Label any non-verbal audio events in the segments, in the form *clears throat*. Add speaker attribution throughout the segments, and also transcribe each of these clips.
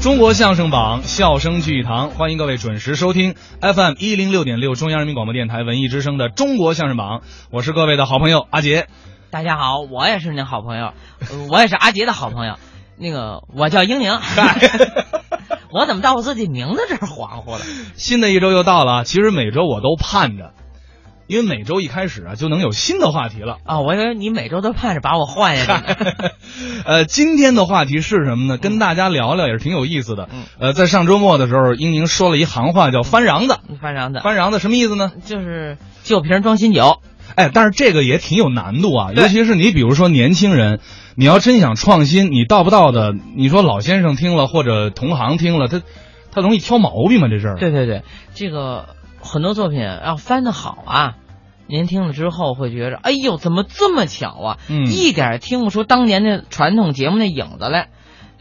Speaker 1: 中国相声榜，笑声聚一堂，欢迎各位准时收听 FM 一零六点六中央人民广播电台文艺之声的《中国相声榜》，我是各位的好朋友阿杰。
Speaker 2: 大家好，我也是您好朋友，呃我也是阿杰的好朋友。那个，我叫英宁。我怎么到我自己名字这儿恍惚了？
Speaker 1: 新的一周又到了，其实每周我都盼着，因为每周一开始啊就能有新的话题了。 *laughs*
Speaker 2: 啊、我以为你每周都盼着把我换下去呢。
Speaker 1: 呃，今天的话题是什么呢？跟大家聊聊也是挺有意思的
Speaker 2: 嗯。
Speaker 1: 呃，在上周末的时候，英宁说了一行话叫“翻瓤子
Speaker 2: 你翻肠”，子，
Speaker 1: 翻瓤子什么意思呢？
Speaker 2: 就是旧瓶装新酒。
Speaker 1: 哎，但是这个也挺有难度啊，
Speaker 2: 对
Speaker 1: 尤其是你比如说年轻人，你要真想创新，你到不到的，你说老先生听了或者同行听了，他他容易挑毛病嘛，这事儿。，
Speaker 2: 对对对，这个很多作品要翻得好啊，您听了之后会觉着，哎呦，怎么这么巧啊？
Speaker 1: 嗯
Speaker 2: 一点儿听不出当年的传统节目那影子来。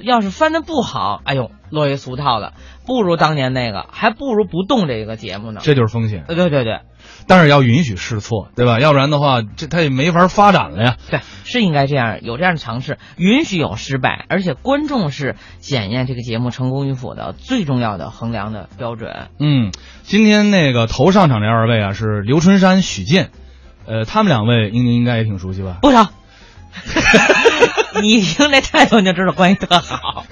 Speaker 2: 要是翻得不好，哎呦，落一俗套了，不如当年那个，还不如不动这个节目呢。
Speaker 1: 这就是风险。
Speaker 2: 呃，对对对
Speaker 1: 但是要允许试错，对吧？要不然的话，这他也没法发展了呀。
Speaker 2: 对，是应该这样，有这样的尝试，允许有失败，而且观众是检验这个节目成功与否的最重要的衡量的标准。
Speaker 1: 嗯，今天那个头上场这二位啊是刘春山、许健，呃，他们两位英宁应该也挺熟悉吧？
Speaker 2: 不少。你一听这态度你就知道关系特好。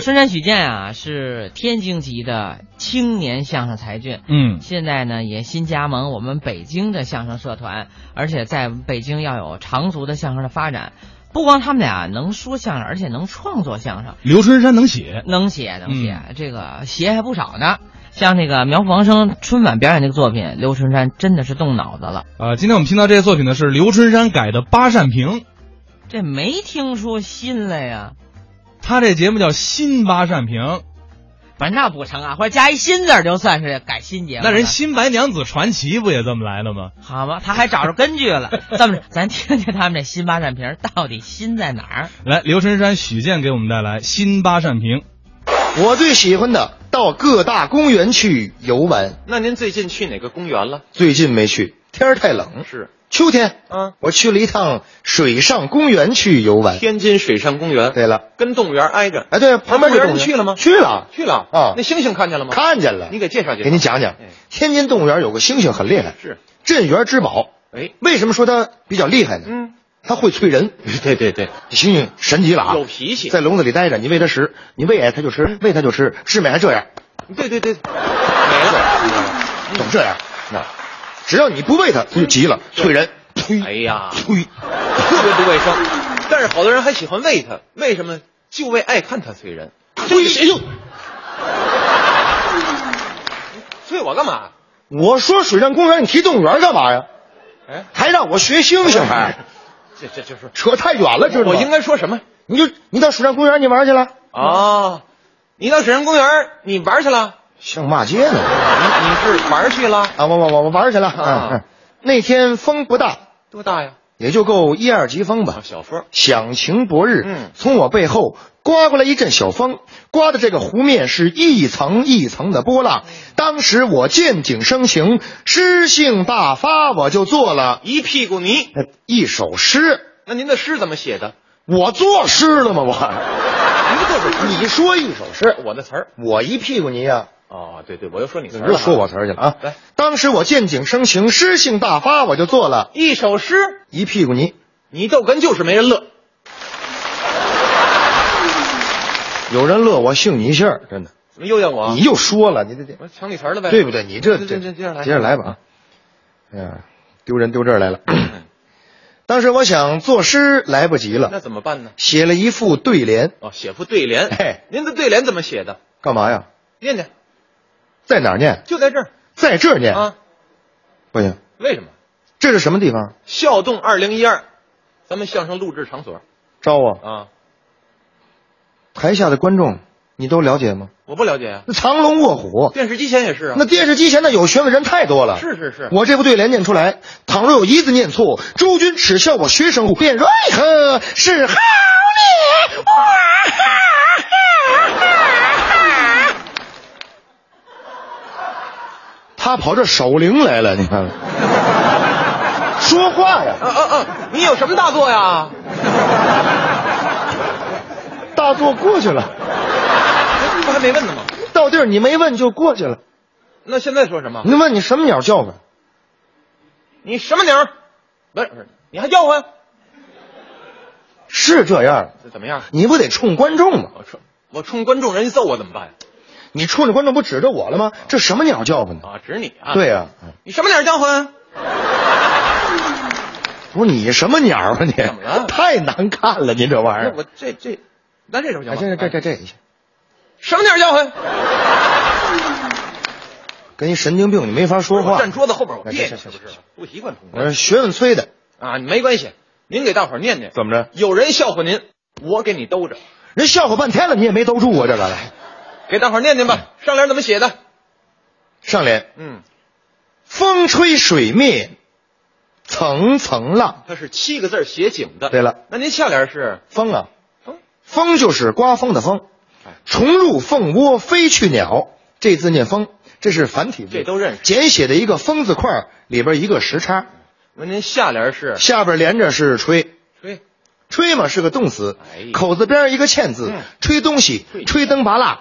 Speaker 2: 春山许健啊，是天津籍的青年相声才俊，
Speaker 1: 嗯，
Speaker 2: 现在呢也新加盟我们北京的相声社团，而且在北京要有长足的相声的发展。不光他们俩能说相声，而且能创作相声，
Speaker 1: 刘春山能写，
Speaker 2: 能写能写，这个写还不少呢。像那个苗阜王声春晚表演这个作品，刘春山真的是动脑子了。
Speaker 1: 呃，今天我们听到这个作品呢是刘春山改的《八扇屏》，
Speaker 2: 这没听出新来呀、
Speaker 1: 他这节目叫《新八扇屏》。
Speaker 2: 反正那不成啊，或者加一新字儿就算是改新节目了。
Speaker 1: 那人《新白娘子传奇》不也这么来的吗？
Speaker 2: 好吗？他还找着根
Speaker 1: *laughs*
Speaker 2: 据了。这么着，咱听听他们这新八扇屏到底新在哪儿？
Speaker 1: 来，刘春山、许健给我们带来《新八扇屏》。
Speaker 3: 我最喜欢的到各大公园去游玩，
Speaker 4: 那您最近去哪个公园了？
Speaker 3: 最近没去，天儿太冷。
Speaker 4: 是
Speaker 3: 秋天，
Speaker 4: 嗯，
Speaker 3: 我去了一趟水上公园去游玩。
Speaker 4: 天津水上公园。
Speaker 3: 对了，
Speaker 4: 跟动物园挨着。
Speaker 3: 哎，对，旁边就动物
Speaker 4: 你去了吗
Speaker 3: 去了，
Speaker 4: 去了
Speaker 3: 啊
Speaker 4: 那猩猩看见了吗？
Speaker 3: 看见了。
Speaker 4: 你给介绍介绍。
Speaker 3: 给您讲讲
Speaker 4: 哎，
Speaker 3: 天津动物园有个猩猩很厉害，
Speaker 4: 是。
Speaker 3: 镇园之宝。
Speaker 4: 哎，
Speaker 3: 为什么说它比较厉害呢？
Speaker 4: 嗯，
Speaker 3: 它会催人。 *laughs*
Speaker 4: 对对对，
Speaker 3: 猩猩神级了啊！
Speaker 4: 有脾气
Speaker 3: 在笼子里待着，你喂它食，你喂它它就吃，喂它就吃，吃没还这样，
Speaker 4: 对对对，没了。
Speaker 3: 嗯总这样。那只要你不喂它，它就急了，催人，催，
Speaker 4: 嗯哎呀
Speaker 3: 催。
Speaker 4: 特别不卫生，但是好多人还喜欢喂它，为什么？就为爱看它催人，
Speaker 3: 对，谁就
Speaker 4: 催我干嘛？
Speaker 3: 我说水上公园，你提动物园干嘛呀？
Speaker 4: 哎，
Speaker 3: 还让我学猩猩，还
Speaker 4: 这这就是
Speaker 3: 扯太远了，知道吗？
Speaker 4: 我应，该说什么
Speaker 3: 你就你到水上公园你玩去了，
Speaker 4: 啊？你到水上公园，你玩去了？
Speaker 3: 像骂街呢。
Speaker 4: 你你是玩去了？
Speaker 3: 啊，我我我我玩去了。
Speaker 4: 啊
Speaker 3: 嗯嗯，那天风不大，
Speaker 4: 多大呀？
Speaker 3: 也就够一二级风吧
Speaker 4: 啊，。小风。
Speaker 3: 响晴博日，
Speaker 4: 嗯
Speaker 3: 从我背后刮过来一阵小风，刮的这个湖面是一层一层的波
Speaker 4: 嗯
Speaker 3: 浪。当时我见景生情，诗兴大发，我就做了
Speaker 4: 一屁股泥。
Speaker 3: 呃一首诗。
Speaker 4: 那您的诗怎么写的？
Speaker 3: 我作诗了吗？我。
Speaker 4: *laughs* 您的作者是
Speaker 3: 你说一首诗，
Speaker 4: 是我的词儿。
Speaker 3: 我一屁股泥呀、
Speaker 4: 哦，对对，我又说你词儿
Speaker 3: 又
Speaker 4: 了。
Speaker 3: 说我词儿去了啊
Speaker 4: 来。
Speaker 3: 当时我见景生情，诗兴大发，我就做了
Speaker 4: 一首诗，
Speaker 3: 一屁股泥。
Speaker 4: 你逗哏就是没人乐。
Speaker 3: 有人乐我姓你一姓儿，真的。
Speaker 4: 怎么又怨我？
Speaker 3: 你又说了，你这这
Speaker 4: 我抢你词儿了呗？
Speaker 3: 对不
Speaker 4: *clears throat*
Speaker 3: 对？你这
Speaker 4: 这
Speaker 3: 这
Speaker 4: 这接着来，嗯
Speaker 3: 接着来吧啊。哎呀，丢人丢这儿来了。当时我想作诗来不及
Speaker 4: 那
Speaker 3: 了，
Speaker 4: 怎么办呢？
Speaker 3: 写了一副对联，
Speaker 4: 哦，写副对联。
Speaker 3: 哎
Speaker 4: 您的对联怎么写的？
Speaker 3: 干嘛呀？
Speaker 4: 念念，
Speaker 3: 在哪儿念？
Speaker 4: 就在这儿
Speaker 3: 在这儿念？
Speaker 4: 啊？
Speaker 3: 不行，
Speaker 4: 为什么？
Speaker 3: 这是什么地方？
Speaker 4: 校动二零一二，咱们相声录制场所
Speaker 3: 招啊！
Speaker 4: 啊，
Speaker 3: 台下的观众，你都了解吗？
Speaker 4: 我不了解啊。
Speaker 3: 那藏龙卧虎，
Speaker 4: 电视机前也是啊。
Speaker 3: 那电视机前的有学问人太多了。
Speaker 4: 是是是。
Speaker 3: 我这部对联念出来，倘若有一字念错，诸君耻笑我学生乎？便为何是好你哇哈哈哈！他跑这守灵来了，你看，说话
Speaker 4: 啊
Speaker 3: 呀，
Speaker 4: 啊啊！你有什么大作呀？
Speaker 3: 大作过去了，
Speaker 4: 您不还没问呢吗？
Speaker 3: 到地儿你没问就过去了，
Speaker 4: 那现在说什么？
Speaker 3: 你问你什么鸟叫唤？
Speaker 4: 你什么鸟儿？不是不是，你还叫唤？
Speaker 3: 是这样，
Speaker 4: 这怎么样？
Speaker 3: 你不得冲观众吗？
Speaker 4: 我冲我冲观众，人家揍我怎么办？
Speaker 3: 你冲着观众不指着我了吗？这什么鸟叫唤呢？
Speaker 4: 啊，指你啊！
Speaker 3: 对呀、
Speaker 4: 你什么鸟叫唤？
Speaker 3: 不是你什么鸟啊你？
Speaker 4: 怎么
Speaker 3: *laughs*
Speaker 4: 了
Speaker 3: 太难看了，您这玩意
Speaker 4: 那
Speaker 3: 儿。
Speaker 4: 我这这，咱这首行
Speaker 3: 哎，
Speaker 4: 吗？
Speaker 3: 这这这
Speaker 4: 哎
Speaker 3: 这一下，
Speaker 4: 什么鸟叫唤？
Speaker 3: 跟一神经病你没法说
Speaker 4: 我
Speaker 3: 话。
Speaker 4: 站桌子后边，我
Speaker 3: 哎
Speaker 4: 别
Speaker 3: 行
Speaker 4: 扭，是
Speaker 3: 行
Speaker 4: 不是
Speaker 3: 行行？
Speaker 4: 不习惯冲
Speaker 3: 我是学问催的，
Speaker 4: 啊，没关系，您给大伙儿念念，
Speaker 3: 怎么着？
Speaker 4: 有人笑话您，我给你兜着，
Speaker 3: 人笑话半天了，你也没兜住我这个来。
Speaker 4: 给大伙儿念念吧。
Speaker 3: 哎
Speaker 4: 上联怎么写的？
Speaker 3: 上联：
Speaker 4: 嗯，
Speaker 3: 风吹水面，层层浪。
Speaker 4: 它是七个字儿写景的。
Speaker 3: 对了，
Speaker 4: 那您下联是？
Speaker 3: 风啊，
Speaker 4: 风
Speaker 3: 风就是刮风的风
Speaker 4: 哎。
Speaker 3: 虫入凤窝飞去鸟，这字念风，这是繁体字，
Speaker 4: 这都认识
Speaker 3: 简写的一个风字块儿里边一个时差，
Speaker 4: 那您下联是？
Speaker 3: 下边连着是吹。
Speaker 4: 吹，
Speaker 3: 吹嘛是个动词，
Speaker 4: 哎
Speaker 3: 口字边一个欠字，
Speaker 4: 嗯
Speaker 3: 吹东西，
Speaker 4: 吹
Speaker 3: 吹灯拔蜡，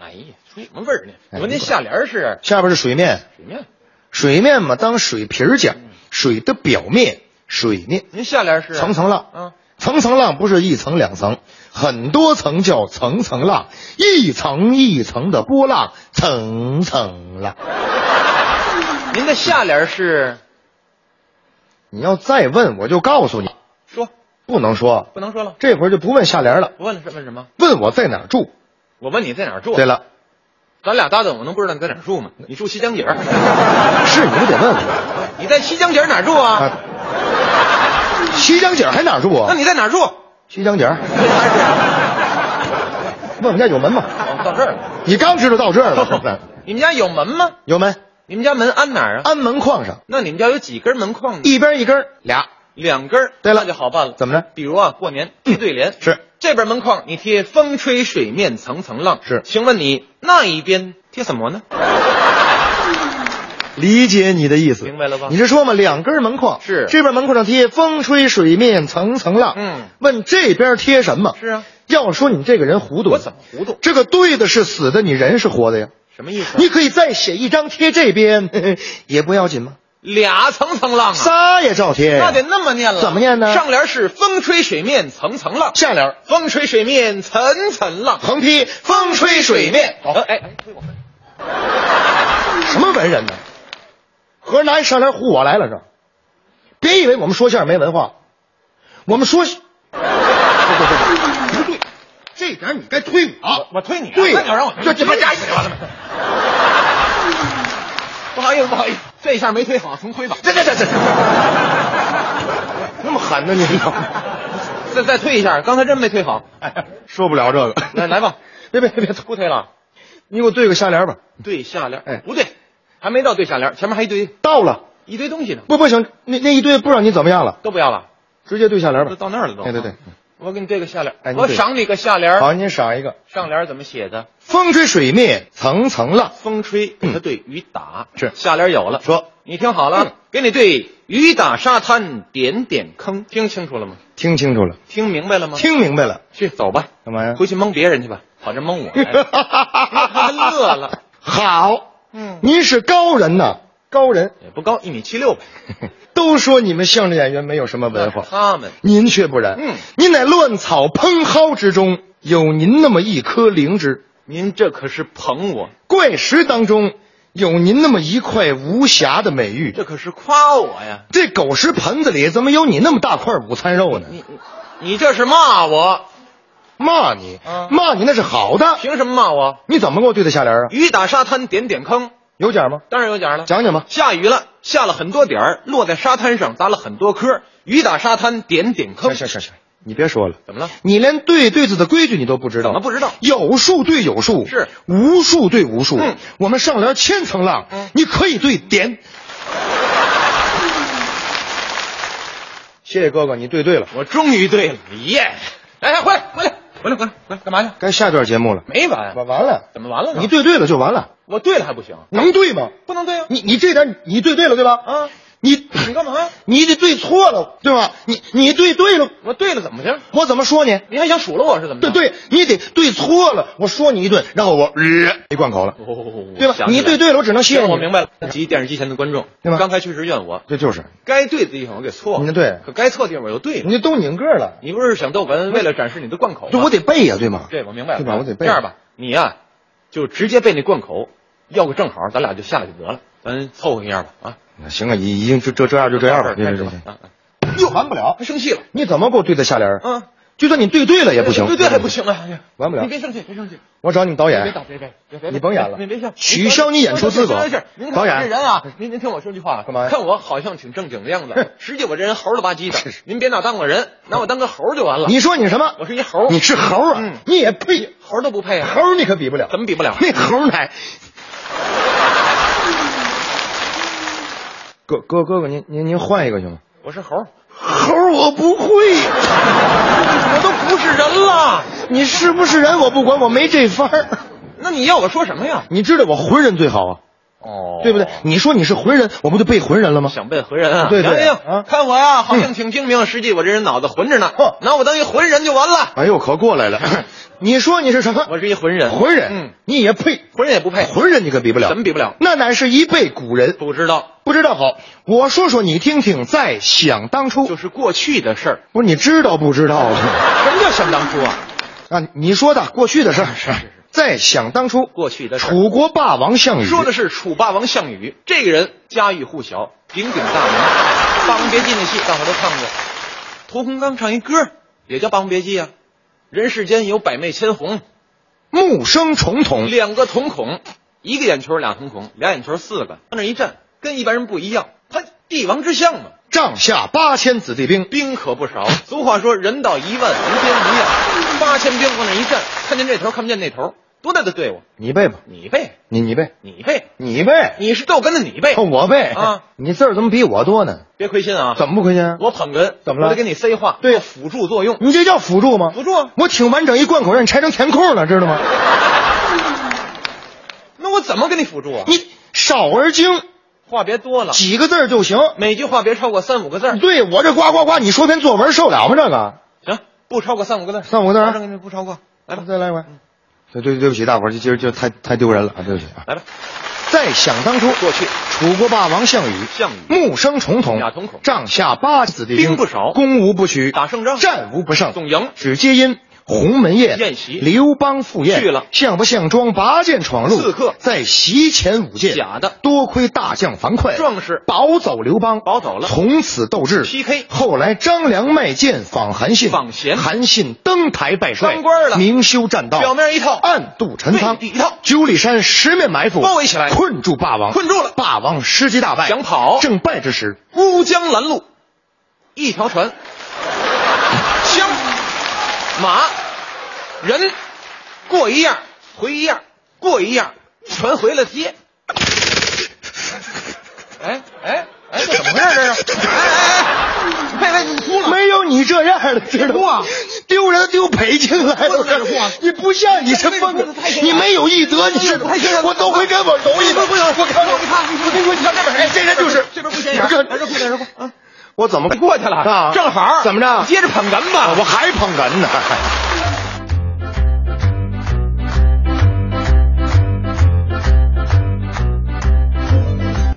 Speaker 4: 哎呀，吹什么味儿呢？
Speaker 3: 哎
Speaker 4: 我您下联是
Speaker 3: 下边是水面，
Speaker 4: 水面，
Speaker 3: 水面嘛当水皮儿讲，水的表面，水面，
Speaker 4: 您下联嗯是
Speaker 3: 层层浪，
Speaker 4: 啊，
Speaker 3: 层层浪不是一层两层，很多层叫层层浪，一层一层的波浪，层层浪。
Speaker 4: 您的下联是
Speaker 3: 你要再问我就告诉你，
Speaker 4: 说
Speaker 3: 不能说，
Speaker 4: 不能说了，
Speaker 3: 这会儿就不问下联了，
Speaker 4: 我问了什问什么？
Speaker 3: 问我在哪儿住。
Speaker 4: 我问你在哪儿住？啊
Speaker 3: 对，了，
Speaker 4: 咱俩搭档，我能不知道你在哪儿住吗？你住西江景儿，
Speaker 3: 是你不得问我，
Speaker 4: 你在西江景儿哪儿住啊？
Speaker 3: 啊
Speaker 4: *laughs*
Speaker 3: 西江景儿还哪儿住
Speaker 4: 那
Speaker 3: 啊？
Speaker 4: 你在哪儿住？哦
Speaker 3: 西江景
Speaker 4: *laughs*
Speaker 3: 儿，问我们家有门吗？
Speaker 4: 哦，到这儿了。
Speaker 3: 你刚知道到这
Speaker 4: *laughs*
Speaker 3: 儿了，是不是
Speaker 4: 你们家有门吗？
Speaker 3: 有门，
Speaker 4: 你们家门安哪儿啊？
Speaker 3: 安门框上
Speaker 4: 那你们家有几根门框呢？
Speaker 3: 一边一根儿俩，
Speaker 4: 两根儿。
Speaker 3: 对了
Speaker 4: 那就好办了。
Speaker 3: 怎么着？嗯
Speaker 4: 比如啊，过年贴对联、
Speaker 3: 是
Speaker 4: 这边门框你贴“风吹水面层层浪”，
Speaker 3: 是
Speaker 4: 请问你那一边贴什么呢？
Speaker 3: 理解你的意思，
Speaker 4: 明白了吧
Speaker 3: 你是说嘛，两根门框
Speaker 4: 是
Speaker 3: 这边门框上贴“风吹水面层层浪”，
Speaker 4: 嗯，
Speaker 3: 问这边贴什么？
Speaker 4: 是啊，
Speaker 3: 要说你这个人糊涂，
Speaker 4: 我怎么糊涂？啊
Speaker 3: 这个对的是死的，你人是活的呀。
Speaker 4: 什么意思？
Speaker 3: 你可以再写一张贴这边， *laughs* 呵呵也不要紧吗？
Speaker 4: 俩层层浪啊，
Speaker 3: 仨也照贴呀，
Speaker 4: 那得那么念了。
Speaker 3: 怎么念呢
Speaker 4: 上联是“风吹水面层层浪”，
Speaker 3: 下联
Speaker 4: 风吹水面层层浪。
Speaker 3: 横批“风吹水面”。
Speaker 4: 呃哎哎，推我们
Speaker 3: 什么文人呢？合着拿一上联唬我来了是吧？别以为我们说相声没文化，我们说，不对，这点你该推我。
Speaker 4: 我推你、啊，
Speaker 3: 对
Speaker 4: 那你要让我推，
Speaker 3: 这这
Speaker 4: 这边加起来完了没？不好意思，不好意思，这一下没推好，重推吧。
Speaker 3: 这这这这，那么狠呢你？
Speaker 4: 再再推一下，刚才真没推好。
Speaker 3: 哎，受不了这个，
Speaker 4: 来来吧，
Speaker 3: 别别别别，
Speaker 4: 不推了。
Speaker 3: 你给我对个下联吧。
Speaker 4: 对下联，
Speaker 3: 哎
Speaker 4: 不对，还没到对下联，前面还一堆
Speaker 3: 到了，
Speaker 4: 一堆东西呢，
Speaker 3: 不不行，那那一堆不知道你怎么样了，
Speaker 4: 都不要了，
Speaker 3: 直接对下联
Speaker 4: 都
Speaker 3: 吧。
Speaker 4: 到那儿了都。
Speaker 3: 对对对，
Speaker 4: 我给你对个下联，
Speaker 3: 哎你
Speaker 4: 我
Speaker 3: 对
Speaker 4: 赏你个下联。
Speaker 3: 好，您赏一个。
Speaker 4: 上联怎么写的？
Speaker 3: 风吹水面层层浪，
Speaker 4: 风吹给它对雨打，
Speaker 3: 是
Speaker 4: 下联有了。
Speaker 3: 说嗯
Speaker 4: 你听好了，给你对雨打沙滩点点坑，听清楚了吗？
Speaker 3: 听清楚了，
Speaker 4: 听明白了吗？
Speaker 3: 听明白了，
Speaker 4: 去走吧，
Speaker 3: 干嘛呀？
Speaker 4: 回去蒙别人去吧，跑
Speaker 3: *laughs*
Speaker 4: 这蒙我来了。哎他们乐了，
Speaker 3: 好，
Speaker 4: 嗯，
Speaker 3: 您是高人呐，高人。
Speaker 4: 也不高，一米七六呗。
Speaker 3: 都说你们相声演员没有什么文化，
Speaker 4: 他们
Speaker 3: 您却不然。
Speaker 4: 嗯，
Speaker 3: 您乃乱草蓬蒿之中有您那么一颗灵芝，
Speaker 4: 您这可是捧我，
Speaker 3: 怪石当中有您那么一块无瑕的美玉。
Speaker 4: 这可是夸我呀。
Speaker 3: 这狗食盆子里怎么有你那么大块午餐肉呢？
Speaker 4: 你你你这是骂我，
Speaker 3: 骂你
Speaker 4: 啊，
Speaker 3: 骂你那是好的。
Speaker 4: 凭什么骂我？
Speaker 3: 你怎么给我对的下联啊？
Speaker 4: 雨打沙滩点点坑，
Speaker 3: 有奖吗？
Speaker 4: 当然有奖了。
Speaker 3: 讲讲吧。
Speaker 4: 下雨了，下了很多点儿，落在沙滩上砸了很多颗。雨打沙滩点点坑
Speaker 3: 行，行行行，你别说了，
Speaker 4: 怎么了？
Speaker 3: 你连对对子的规矩你都不知道？
Speaker 4: 怎么不知道
Speaker 3: 有数对有数，
Speaker 4: 是
Speaker 3: 无数对无数。
Speaker 4: 嗯
Speaker 3: 我们上联千层浪，
Speaker 4: 嗯
Speaker 3: 你可以对点。谢谢哥哥，你对对了，
Speaker 4: 我终于对了，耶！哎，回来，回来，回来，回来，回来，干嘛去？
Speaker 3: 该下段节目了。
Speaker 4: 没完，
Speaker 3: 完完了，
Speaker 4: 怎么完了呢？
Speaker 3: 你对对了就完了，
Speaker 4: 我对了还不行，
Speaker 3: 能对吗？ *laughs*
Speaker 4: 不能对啊！
Speaker 3: 你你这点你对对了对吧？
Speaker 4: 啊，
Speaker 3: 你
Speaker 4: 你干嘛？
Speaker 3: 你得对错了，对吧？你你对对了，
Speaker 4: 我对了怎么着？
Speaker 3: 我怎么说你？
Speaker 4: 你还想数落我是怎么
Speaker 3: 对
Speaker 4: 着？
Speaker 3: 对，你得对错了，我说你一顿，然后我呃一灌口了，
Speaker 4: 哦，我
Speaker 3: 对吧？
Speaker 4: 想起
Speaker 3: 你
Speaker 4: 来
Speaker 3: 对对了，我只能谢
Speaker 4: 行
Speaker 3: 谢你。
Speaker 4: 我明白了，及电视机前的观众，
Speaker 3: 对吧
Speaker 4: 刚才确实怨我，
Speaker 3: 这就是，
Speaker 4: 该对的地方我给错
Speaker 3: 你
Speaker 4: 了，
Speaker 3: 对
Speaker 4: 可该错的地方我又对了。
Speaker 3: 你都拧个儿了，
Speaker 4: 你不是想逗哏，为了展示你的贯口吗？
Speaker 3: 对，我得背呀、对吗？
Speaker 4: 对，我明白了，
Speaker 3: 对吧？我得背。
Speaker 4: 这样，吧，你呀、就直接背那贯口，要个正好，咱俩就下去得了，咱凑合一样吧啊。
Speaker 3: 行啊，已已经就这这样就这样吧，
Speaker 4: 开
Speaker 3: 对对
Speaker 4: 始
Speaker 3: 对
Speaker 4: 吧，啊，啊
Speaker 3: 对又完不了
Speaker 4: 还，生气了，
Speaker 3: 你怎么给我对得下联儿？
Speaker 4: 嗯，
Speaker 3: 就算你对对了也不行，
Speaker 4: 对对还不，行啊，哎呀
Speaker 3: 完不了
Speaker 4: 你别生气，别生气，
Speaker 3: 我找你们导
Speaker 4: 别
Speaker 3: 演
Speaker 4: 打，，别别别别，
Speaker 3: 你甭演了
Speaker 4: 别别笑，
Speaker 3: 取消你演出资格
Speaker 4: 行行行您看
Speaker 3: 导演
Speaker 4: 我这人啊，您您听我说句话，
Speaker 3: 干嘛呀
Speaker 4: 看我好像挺正经的
Speaker 3: 哼
Speaker 4: 样子，实际我这人猴了吧唧的
Speaker 3: 是是，
Speaker 4: 您别拿我当个人，拿我当个猴儿就完了。
Speaker 3: 你说你什么？
Speaker 4: 我是一猴儿
Speaker 3: 你是猴儿啊？
Speaker 4: 嗯
Speaker 3: 你也配？
Speaker 4: 猴儿都不配啊，
Speaker 3: 猴儿你可比不了，
Speaker 4: 怎么比不了？
Speaker 3: 那猴儿奶。哥哥哥哥，您您您换一个行吗？
Speaker 4: 我是猴儿，
Speaker 3: 猴儿我不 *laughs* 会呀、
Speaker 4: 我都不是人了，
Speaker 3: 你是不是人我不管，我没这法儿。
Speaker 4: 那你要我说什么呀？
Speaker 3: 你知道我浑人最好啊，
Speaker 4: 哦
Speaker 3: 对不对？你说你是浑人，我不就被浑人了吗？
Speaker 4: 想变浑人啊？嗯
Speaker 3: 对对
Speaker 4: 杨
Speaker 3: 啊
Speaker 4: 宁，看我呀，好像挺精明，实际我这人脑子混着呢
Speaker 3: 哼，
Speaker 4: 拿我当一浑人就完了。
Speaker 3: 哎呦，可过来了！
Speaker 4: *laughs*
Speaker 3: 你说你是什么？
Speaker 4: 我是一浑人，
Speaker 3: 浑人，
Speaker 4: 嗯，
Speaker 3: 你也配？
Speaker 4: 浑人也不配，
Speaker 3: 浑人你可比不了，
Speaker 4: 怎么比不了？
Speaker 3: 那乃是一辈古人。
Speaker 4: 不知道，
Speaker 3: 不知道好，我说说你听听，在想当初，
Speaker 4: 就是哎过去的事儿。
Speaker 3: 不是你知道不知道啊？
Speaker 4: 什么叫想当初啊？
Speaker 3: 啊，你说的过去的事儿是在想当初，
Speaker 4: 过去的事儿
Speaker 3: 楚国霸王项羽
Speaker 4: 嗯说的是楚霸王项羽这个人，家喻户晓，鼎鼎 *laughs* 大名。《霸王别姬》那戏大伙都看过，屠洪刚唱一歌也叫《霸王别姬》啊。人世间有百媚千红，
Speaker 3: 木生重瞳，
Speaker 4: 两个瞳孔，一个眼球俩瞳孔，俩眼球四个，往那一站，跟一般人不一样。他帝王之相嘛，
Speaker 3: 帐下八千子弟兵，
Speaker 4: 兵可不少。俗话说，人到一万，无边无恙。八千兵往那一站，看见这头看不见那头，多大的队伍！
Speaker 3: 你背吧，
Speaker 4: 你背，
Speaker 3: 你你背，
Speaker 4: 你背，
Speaker 3: 你背，
Speaker 4: 你是逗哏的，你背
Speaker 3: 哦，我背
Speaker 4: 啊！
Speaker 3: 你字儿怎么比我多呢？
Speaker 4: 别亏心啊！
Speaker 3: 怎么不亏心啊？
Speaker 4: 我捧哏，
Speaker 3: 怎么了
Speaker 4: 我得给你塞话，
Speaker 3: 对
Speaker 4: 做辅助作用。
Speaker 3: 你这叫辅助吗？
Speaker 4: 辅助啊
Speaker 3: *laughs* 我挺完整一贯口，让你拆成填空了，知道
Speaker 4: *laughs*
Speaker 3: 吗？
Speaker 4: 那我怎么给你辅助啊？
Speaker 3: 你少而
Speaker 4: *laughs*
Speaker 3: 精，
Speaker 4: 话别多了，
Speaker 3: 几个字儿就行。
Speaker 4: 每句话别超过三五个字儿。
Speaker 3: 对我这呱呱呱，你说篇作文受了吗？这个
Speaker 4: 行，不超过三五个字儿，
Speaker 3: 三五个字嗯
Speaker 4: 保
Speaker 3: 儿，
Speaker 4: 证你不超过。来吧，
Speaker 3: 啊再来一回。对对对不起，大伙儿，就今儿就太太丢人了啊！对不起
Speaker 4: *laughs*
Speaker 3: 啊！
Speaker 4: 来吧，
Speaker 3: 再想当初，
Speaker 4: 过去
Speaker 3: 楚国霸王项羽，
Speaker 4: 项羽
Speaker 3: 木生重瞳，
Speaker 4: 俩瞳孔
Speaker 3: 帐下八子弟
Speaker 4: 兵不少
Speaker 3: 攻无不取，
Speaker 4: 打胜仗
Speaker 3: 战无不胜，
Speaker 4: 总赢
Speaker 3: 只皆因鸿门宴
Speaker 4: 宴席
Speaker 3: 刘邦赴宴
Speaker 4: 去了
Speaker 3: 项不项庄拔剑闯入，
Speaker 4: 刺客
Speaker 3: 在席前舞剑，
Speaker 4: 假的
Speaker 3: 多亏大将樊哙
Speaker 4: 壮士
Speaker 3: 保走刘邦，
Speaker 4: 保走了
Speaker 3: 从此斗志
Speaker 4: PK
Speaker 3: 后来张良卖剑访韩信，
Speaker 4: 访贤
Speaker 3: 韩信登台拜帅，
Speaker 4: 当官了
Speaker 3: 明修栈道，
Speaker 4: 表面一套，
Speaker 3: 暗度陈仓，
Speaker 4: 对底套
Speaker 3: 九里山十面埋伏，
Speaker 4: 包围起来
Speaker 3: 困住霸王，
Speaker 4: 困住了
Speaker 3: *laughs* 霸王失机大败，
Speaker 4: 想跑
Speaker 3: 正败之时，
Speaker 4: 乌江拦路，一条船，枪，马，人，过一样回一样，过一样，船回了接。哎哎哎，这怎么回事？这是？哎哎哎，佩佩，你哭了？啊
Speaker 3: 没有你这样的，知道吗？丢人丢北京来
Speaker 4: 我
Speaker 3: 了
Speaker 4: 在这哭啊，
Speaker 3: 你不像你这风格
Speaker 4: 这太，
Speaker 3: 你没有艺德，你是
Speaker 4: 我太心软了
Speaker 3: 我都会跟我同意的。
Speaker 4: 不行
Speaker 3: 我看
Speaker 4: 你看
Speaker 3: 我跟你说，你看这边，哎，这人就是
Speaker 4: 这边不显眼儿，
Speaker 3: 这
Speaker 4: 来这哭来这哭啊！
Speaker 3: 我怎么
Speaker 4: 过去了
Speaker 3: 啊？
Speaker 4: 正好
Speaker 3: 怎么着？
Speaker 4: 接着捧哏吧
Speaker 3: 啊我还捧哏呢。